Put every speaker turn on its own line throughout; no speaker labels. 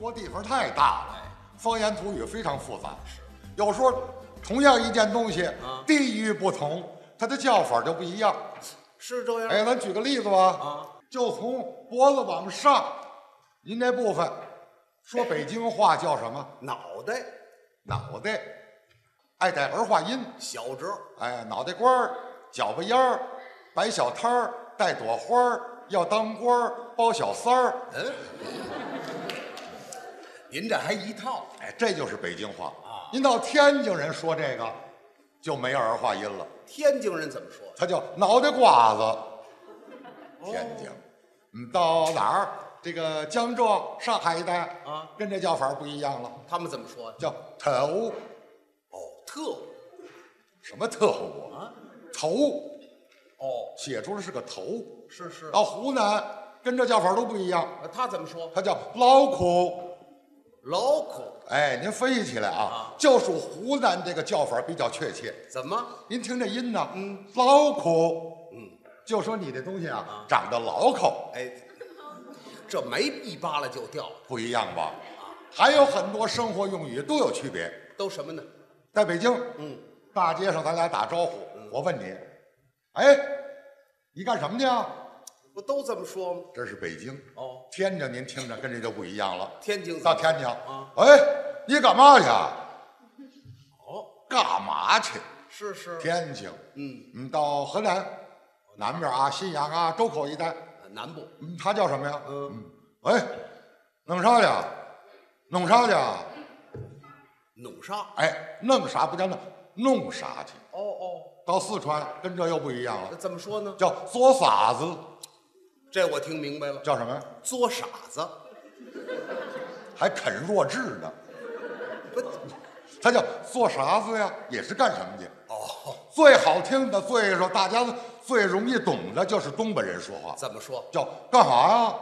国地方太大了，哎方言土语非常复杂。是，有时候同样一件东西，地域不同，它的叫法就不一样。
是这样。
哎，咱举个例子吧，
啊，
就从脖子往上，您这部分，说北京话叫什么？
脑袋
脑袋，爱带儿化音。
小折，
哎，脑袋瓜儿、脚巴烟儿、摆小摊儿、带朵花儿、要当官儿、包小三儿，
嗯，您这还一套，
哎，这就是北京话啊。您到天津人说这个就没有儿化音了，
天津人怎么说？
他叫脑袋瓜子。天津，嗯，到哪儿？这个江浙、上海一带
啊，
跟这叫法儿不一样了，
他们怎么说？
叫头
哦，特务
什么特务啊？头
哦，
写出来是个头。
是是，
到湖南跟这叫法儿都不一样，
呃他怎么说？
它叫劳苦。
劳苦
哎，您分析起来啊，就属湖南这个叫法比较确切。
怎么？
您听这音呢，嗯，牢口，嗯，就说你这东西啊，长得牢口，
哎，这没一扒拉就掉，
不一样吧？
啊
还有很多生活用语都有区别。
都什么呢？
在北京，
嗯，
大街上咱俩打招呼，我问你，哎，你干什么去啊？
不都这么说吗？
这是北京，
哦，
天津您听着跟这就不一样了。
天津
到
怎么
天津，
啊，
哎，你干嘛去啊？
哦，
干嘛去？
是是，
天津，
嗯，
嗯，到河南南边啊，信阳啊，周口一带，
呃南部
嗯，它叫什么呀？
嗯
嗯，喂，弄啥去啊？弄啥去啊？
努沙，
哎，弄啥不叫弄，弄啥去？
哦哦，
到四川跟这又不一样
那
了，
怎么说呢？
叫做傻子，
这我听明白了，
叫什么呀？
作傻子，
还啃弱智呢，
不，
他叫做啥子呀？也是干什么去？
哦，
最好听的，最说大家最容易懂的，就是东北人说话，
怎么说？
叫干啥呀？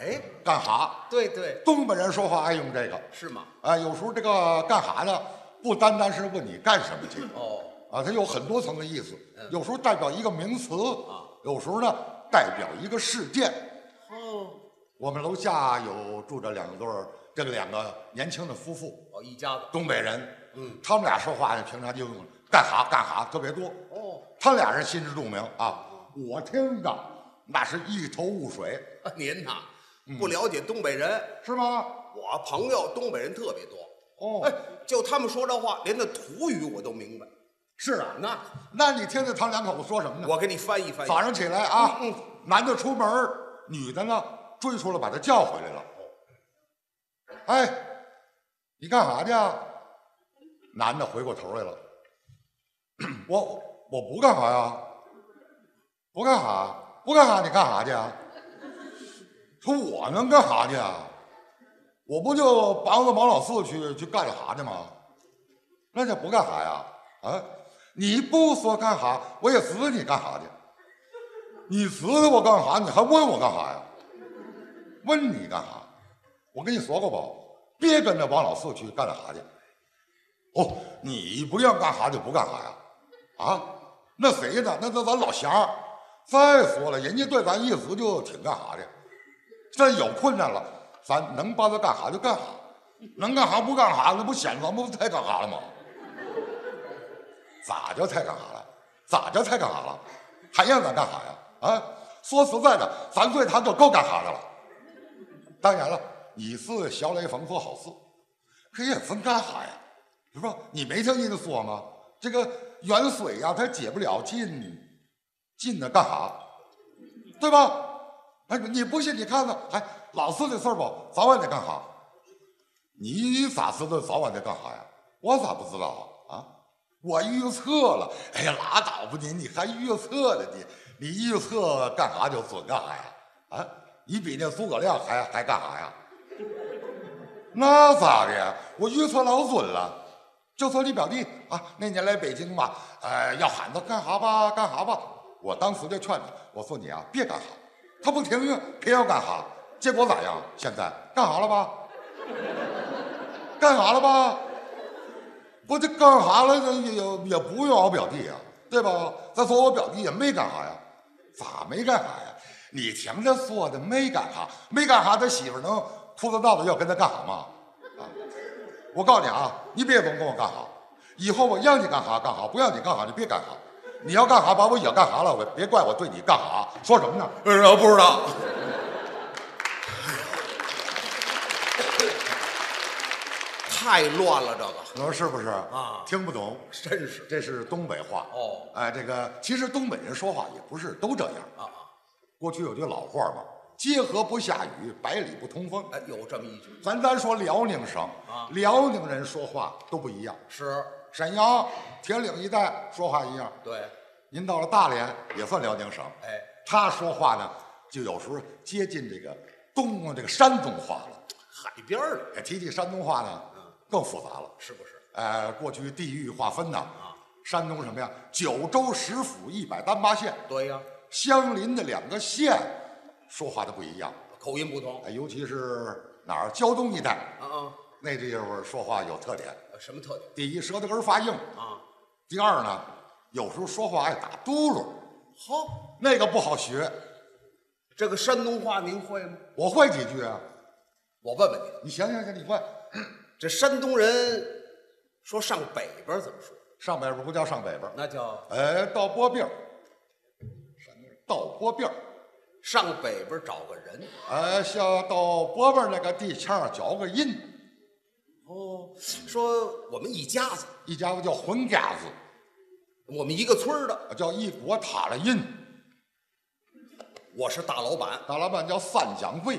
哎，
干啥？
对对，
东北人说话爱用这个。
是吗？
啊，有时候这个干哈呢，不单单是问你干什么去，
哦，
啊，它有很多层的意思，
嗯
有时候代表一个名词，
啊
有时候呢代表一个事件。
哦，
我们楼下有住着两对儿，这个两个年轻的夫妇，
哦，一家子，
东北人，
嗯，
他们俩说话呢，平常就用干哈干哈特别多。
哦，
他俩人心知肚明啊，我听着那是一头雾水，
您呐，不了解东北人，
是吗？
我朋友东北人特别多，
哦，
哎，就他们说这话，连那土语我都明白。
是啊，
那
那你听听他们两口子说什么呢？
我给你翻译翻译
早，上起来啊，
嗯
男的出门儿，女的呢追出来把他叫回来了。哎，你干啥去啊？男的回过头来了， 我我不干啥呀，不干啥，不干啥，你干啥去啊？说我能干啥去啊？我不就帮着王老四去去干啥去吗？那就不干啥呀？啊，你不说干啥，我也指你干啥去。你辞了我干啥？你还问我干啥呀？问你干啥？我跟你说过吧，别跟着王老四去干啥去。哦，你不愿干啥就不干啥呀？啊，那谁呢？那那咱老乡儿。再说了，人家对咱一直就挺干啥的，这有困难了，咱能帮他干啥就干啥，能干啥不干啥，那不显咱们太干啥了吗？咋叫太干啥了？咋叫太干啥了？还让咱干啥呀？啊，说实在的，咱对他就够干啥的了。当然了，你是小雷锋做好事，可也分干啥呀？是吧？你没听人家说吗？这个远水呀、它解不了近，近的干啥？对吧？哎，你不信你看看，哎，老四的事儿吧，早晚得干啥？你咋知道早晚得干啥呀？我咋不知道啊？啊，我预测了。哎呀，拉倒吧你，你还预测了你？你预测干啥就准干啥呀？啊，你比那诸葛亮还还干啥呀？那咋的呀？我预测老准了。就说你表弟啊，那年来北京吧，呃，要喊他干啥吧，干啥吧。我当时就劝他，我说你啊，别干啥。他不听啊，偏要干啥。结果咋样？现在干啥了吧？干啥了吧？我这干啥了？这也也不用我表弟呀、对吧？再说我表弟也没干啥呀，咋没干啥呀？你听他说的没干啥，没干啥，他媳妇能秃子闹的要跟他干哈嘛？啊，我告诉你啊，你别总跟我干哈，以后我让你干哈干哈，不让你干哈你别干哈。你要干哈把我也干哈了，我别怪我对你干哈。说什么呢？
呃，不知道。 太乱了，这个
你说是不是
啊
听不懂，
真是
这是东北话
哦
哎，这个其实东北人说话也不是都这样。
啊啊！
过去有句老话嘛，街河不下雨，百里不通风。
哎，有这么一句
咱单说辽宁省
啊
辽宁人说话都不一样。
是，
沈阳、铁岭一带说话一样，
对，
您到了大连也算辽宁省，
哎，
他说话呢，就有时候接近这个东啊这个山东话了。
海边儿里
哎提起山东话呢，
嗯
更复杂了。
是不是？
呃，过去地域划分呐，
啊
山东什么呀？九州十府一百单八县，
对呀，
相邻的两个县说话都不一样。
口音不同。
哎，尤其是哪儿胶东一带，
啊啊，
那地方说话有特点。
呃什么特点
第一，舌头根儿发硬；
啊？
第二呢，有时候说话爱打嘟噜，
好，
那个不好学。
这个山东话您会吗？
我会几句啊？
我问问你，
你想想去，你会
这山东人说上北边儿怎么说？
上北边不叫上北边，
那叫
哎，到波边儿，山东人到波边儿，
上北边儿找个人。
哎，像到波边儿那个地腔儿嚼个音，
哦，说我们一家子，
一家伙叫混家子，啊
我们一个村儿的，
叫一国塔了音，
我是大老板，
大老板叫三掌柜，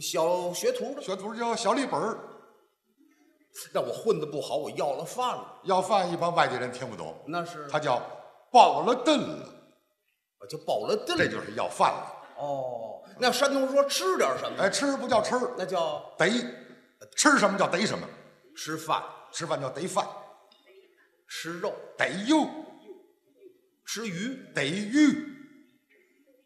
小学徒的，
学徒叫小立本儿。
但我混的不好，我要了饭了，
要饭一般外地人听不懂，
那是
他叫饱了顿了，
我就饱了
这
顿。
就是要饭了。
哦，那山东说吃点什么，
哎，吃不叫吃，
那叫
逮，吃什么叫逮什么，
吃饭、
吃饭叫逮饭，
吃肉、
逮肉，
吃鱼、
逮鱼，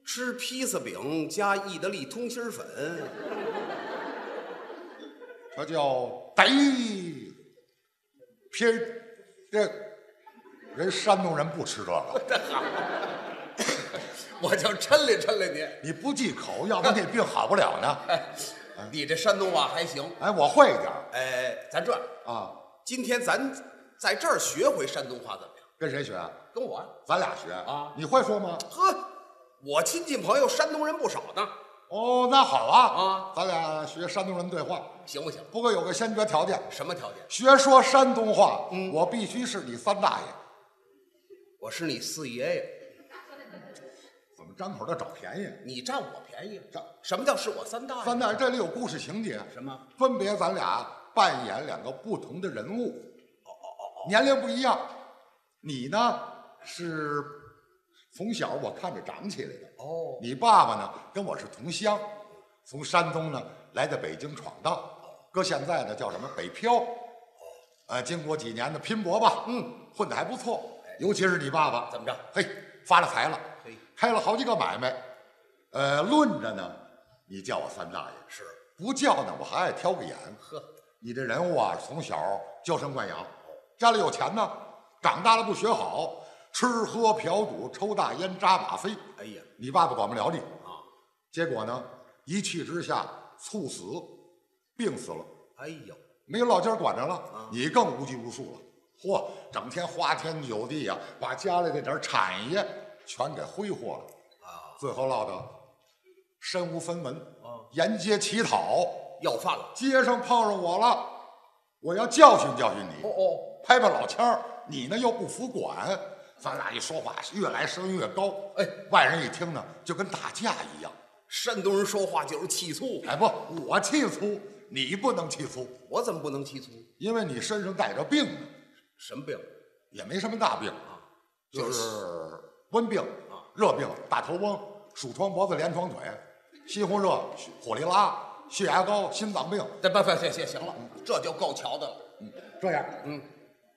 吃披萨饼加意大利通心粉，
这叫逮偏这人山东人不吃这个，
我就抻来抻来你。
你不忌口，要不然这病好不了呢。
你这山东话还行，
哎，我会一点儿
哎，咱这样，
啊，
今天咱在这儿学回山东话怎么样？
跟谁学啊？
跟我啊
咱俩学
啊
你会说吗？
呵，我亲戚朋友山东人不少呢，
哦，那好啊
啊，
咱俩学山东人对话，
行不行？
不过有个先决条件。
什么条件？
学说山东话，我必须是你三大爷。
我是你四爷爷，
怎么张口就找便宜？
你占我便宜。
占
什么叫是我三大爷？
三大爷这里有故事情节，
什么？
分别咱俩扮演两个不同的人物，哦年龄不一样。你呢是从小我看着长起来的，
哦，
你爸爸呢跟我是同乡，从山东呢来到北京闯荡，搁现在呢叫什么北漂。呃，经过几年的拼搏吧，嗯，混得还不错，尤其是你爸爸，
哎怎么着？
嘿，发了财了
嘿，
开了好几个买卖，呃，论着呢，你叫我三大爷，
是
不叫呢，我还爱挑个眼。
呵，
你这人物啊，从小娇生惯养，家里有钱呢，长大了不学好，吃喝嫖赌抽大烟扎马飞，
哎呀
你爸爸管不了你。
啊，
结果呢，一气之下猝死，病死了。
哎呦，
没有老家管着
啊
了，你更无拘无束了。嚯，整天花天酒地啊，把家里那点儿产业全给挥霍了
啊！
最后落得身无分文
啊，
沿街乞讨，
要饭了。
街上碰上我了，我要教训教训
哦
你，
哦，
拍拍老腔儿，你呢又不服管，咱俩一说话越来声越高，
哎，
外人一听呢就跟打架一样。
山东人说话就是气粗，
哎，不，我气粗，你不能气粗，
我怎么不能气粗？
因为你身上带着病呢。
什么病？
也没什么大病啊，就
就
是是温病
啊、
热病、大头翁、鼠疮脖子、连疮腿、西红热、火力拉、血压高、心脏病，
这不不行行行了，这就够瞧的了。
这样，
嗯，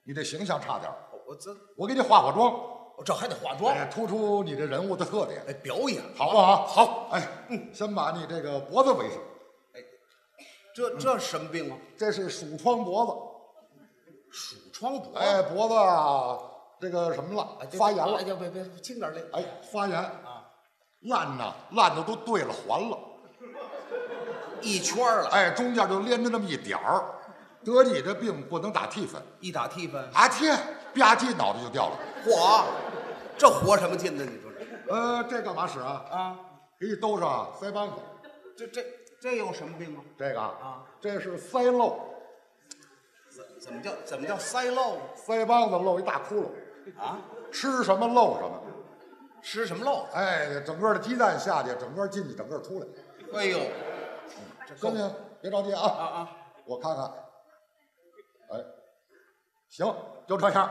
你这形象差点儿，
我这
我给你化化妆，
我哦这还得化妆，
哎，突出你这人物的特点，
哎，表演。
好不好？好，哎，先把你这个脖子围上，
这这什么病啊？
这是鼠疮脖
鼠疮
子，
脖。
哎，脖子啊这哦个什么了
哎，这
发炎
哎
了，
呀，别别，轻点儿来。
哎哎，发炎啊，烂呐，烂的都对了环了。
一圈儿了，
哎，中间就连着那么一点儿。得你这病不能打替粉，
一打踢分，
啊踢吧唧脑袋就掉了。
嚯，这活什么劲呢？你说这
呃，这干嘛使啊？
啊，
给你兜上腮帮子，
这这这有什么病吗？
这个
啊，
这是腮漏，
怎怎么叫怎么叫塞漏啊呢
腮帮子漏一大窟窿，
啊？
吃什么漏什么。
吃什么漏？啊
哎，整个的鸡蛋下去，整个进去，整个出来。
哎呦，这
兄
够
弟，别着急
啊
啊，
啊！
我看看。哎，行，就这样。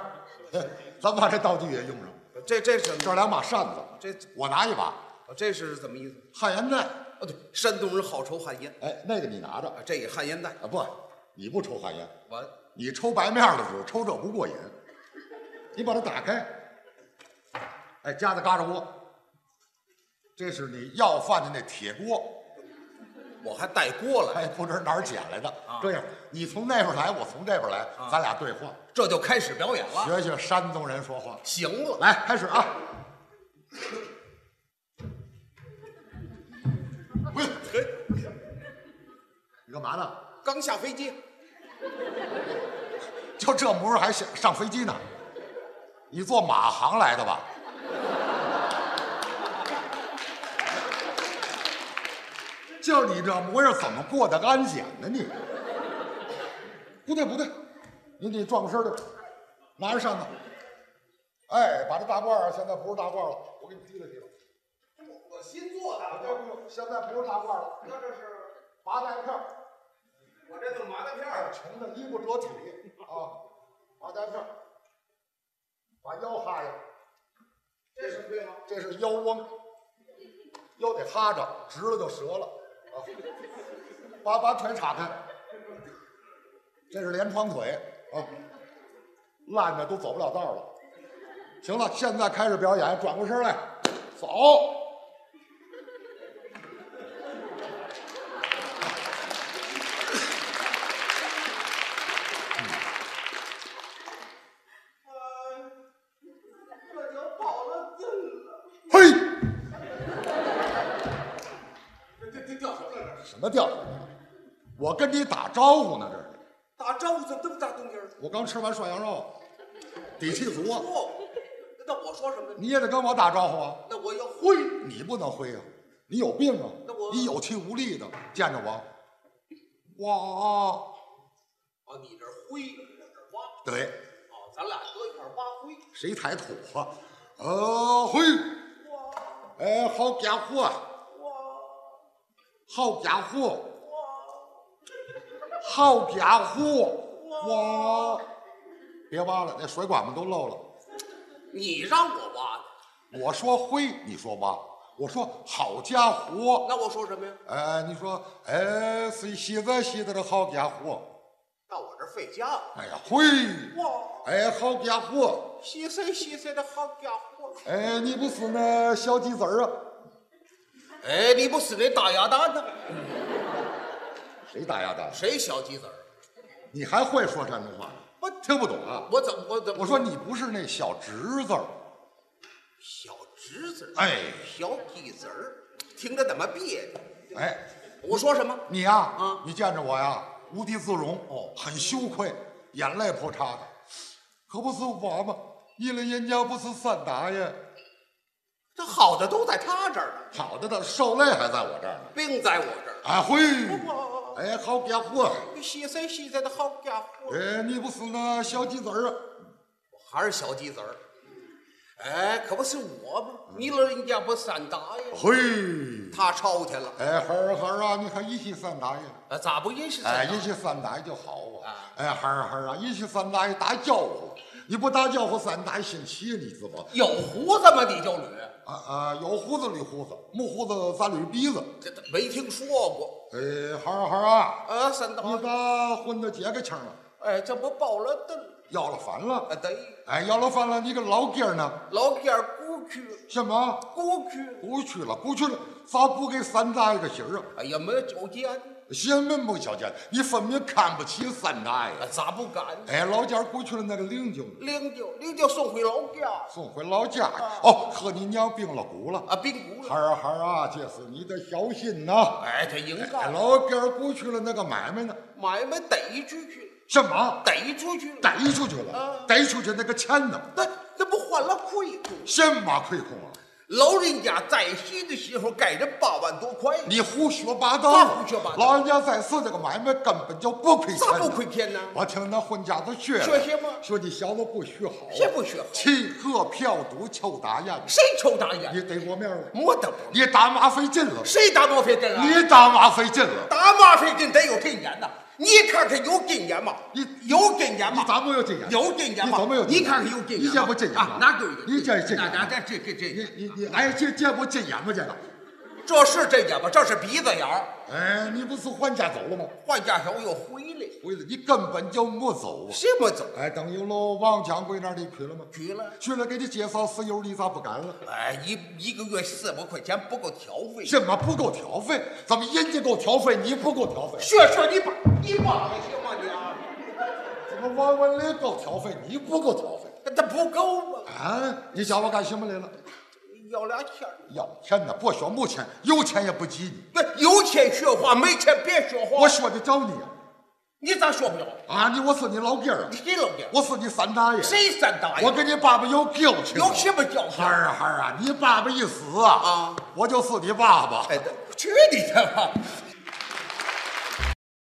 咱把这道具也用上，
这这什么？
这两把扇子，
这
我拿一把
这是怎么意思？
旱烟袋。
哦，对，山东人好抽旱烟
哎，那个你拿着
啊，这也旱烟袋。
啊？不，你不抽旱烟，
我
你抽白面的时候抽这不过瘾。你把它打开，哎，夹在嘎吱窝，这是你要饭的那铁锅。
我还带锅来，
哎，不知哪儿捡来的。
啊
这样，你从那边来，我从这边来，咱俩对话，
这就开始表演了。
学学山东人说话。
行了，
来，开始啊！喂，
嘿，
你干嘛呢？
刚下飞机，
就这模样还想上飞机呢？你坐马航来的吧？就你这模样，怎么过的安检呢？你不对不对，你得转过身来，拿着扇子。哎，把这大褂儿现在不是大褂了，我给你提了提了。
我新做
啊，这不现在不是大褂了，
那这是
麻袋片儿，
我这弄麻袋片
哎，穷的衣不遮体啊，麻袋片儿，把腰哈下。
这什么病啊？
这是腰翁，腰得哈着，直了就折了啊！把把腿岔开，这是连床腿啊，烂的都走不了道了。行了，现在开始表演，转过身来，走。
这就报了病了。
嘿，
这这这叫什么来着？
什么调？我跟你打招呼呢，这是。
打招呼怎么这么大动静儿？
我刚吃完涮羊肉，底气足啊！
哦，那我说什么呢？
你也得跟我打招呼啊！
那我要挥。
你不能挥啊，你有病啊
那我，
你有气无力的，见着我，哇，
啊，你这挥，我这挖。
对，
哦，咱俩搁一块儿挖挥。
谁抬土啊？呃，嘿，
哇
哎，好家伙啊，
哇
好家伙，
哇！
好家伙，哇！别挖了，那水管子都漏了。
你让我挖的，
我说挥，你说挖，我说好家伙，
那我说什么呀？
哎，你说，哎，谁现在现在的好家伙，
到我这儿费家伙。
哎呀，挥，
哇，
哎，好家伙。
稀碎稀碎的好家伙！
哎，你不是那小鸡子儿啊？
哎，你不是那大鸭蛋呢？
谁打压的？
谁小鸡子儿？啊
你还会说山东话呢？
我
听不懂啊！
我怎么我怎么
我说你不是那小侄子儿，
小侄子儿？
哎
小鸡子儿，听着怎么别扭？
哎，
我说什么？
你呀、
嗯
你见着我呀，无地自容
哦
很羞愧，眼泪婆叉的，可不是我吗？一人人家不是三达呀，
这好的都在他这儿呢，
好的的受累还在我这儿呢。
病在我这儿。
哎嘿，
哇
哎好家伙，
稀碎稀碎的好家伙！
哎你不是那小鸡子儿啊？
还是小鸡子儿。哎，可不是我吗？你老人家不散打呀？
嘿，
他抄去了，
哎孩儿孩儿啊，你还一起三达呀？
啊，咋不认识
哎，
散打
一起三打就好啊
啊！
哎，孩儿孩儿啊，一起三打打叫呼，你不打叫呼，三打星期，你知道吧？
有胡子吗？你就捋，
啊啊，有胡子捋胡子，没胡子咱捋鼻子。
这都没听说过。
哎，孩儿孩儿啊，
啊，散打，
你咋混到这个腔了？
哎，这不报了灯了？
要了饭了？
啊，对，
哎，要了饭了，你个老根儿呢？
老家故去
什么？
故去，
不去了，不去了，咋不给三打一个信儿啊？
哎呀，没酒见，
学问不小见，你分明看不起三大爷。
啊咋不敢呢？
哎，老家过去了那个灵柩呢，
灵柩灵柩送回老家
送回老家去。哦，和你娘病了骨了。
啊，病故
孩
了。
儿孩儿啊，这次你得小心呐。
哎，他应该
哎老家过去了那个买卖呢？
买卖逮出去了，
什么？
逮出去了，
逮出去了？
啊
逮出去那个钱呢？
那那不换了亏空？
什么亏空啊？
老人家在世的时候给人八万多块，
你胡说八道！
咋胡说八道
老人家在世这个买卖根本就不亏钱。
咋不亏钱呢？
我听那混家子学
学什么
说你小子不学好，啊
谁不学好
欺客嫖赌抽打烟，
谁抽大烟？
你逮过面了？
没得不，
你打马费劲了？
谁打马费针啊？
你打马费劲了？
打马费针得有经验呐！你看看有经验吗？
你
有经验
你
吗？
咋没有经验？
有经验
你
吗？
怎么有经验？
你看看有经验吗？
你见过经验吗
啊？哪都有经验。
你这经验
那
吗？
那这这这
你
这，
你你，哎，见见过经验吗？这个？
这是这眼吧？这是鼻子眼儿，
哎，你不是还家走了吗？
换家小又回来，
回来你根本就没走啊！
什么走
哎，等有了王掌柜那里去了吗？
去了？
去了，给你介绍室友，你咋不干了？
哎，一一个月四百块钱不够调费。
什么不够调费？怎么人家够调费，你不够调费？
学说你爸，你爸也行吗你啊？
怎么王文林够调费，你不够调费？
他不够啊！
啊，你叫我干什么来了？
要俩钱儿，
要钱呢，不说没钱，有钱也不急你。
不有钱学话，没钱别学话。
我说的找你啊
你咋学不了？
啊，你我是你老爹儿啊
你，谁老爹？
我是你三大爷。
谁三大爷？
我跟你爸爸有交情。
有什么交
孩？
情
儿啊孩儿啊，你爸爸一死啊，哎
啊
我就是你爸爸。
哎，去你的吧！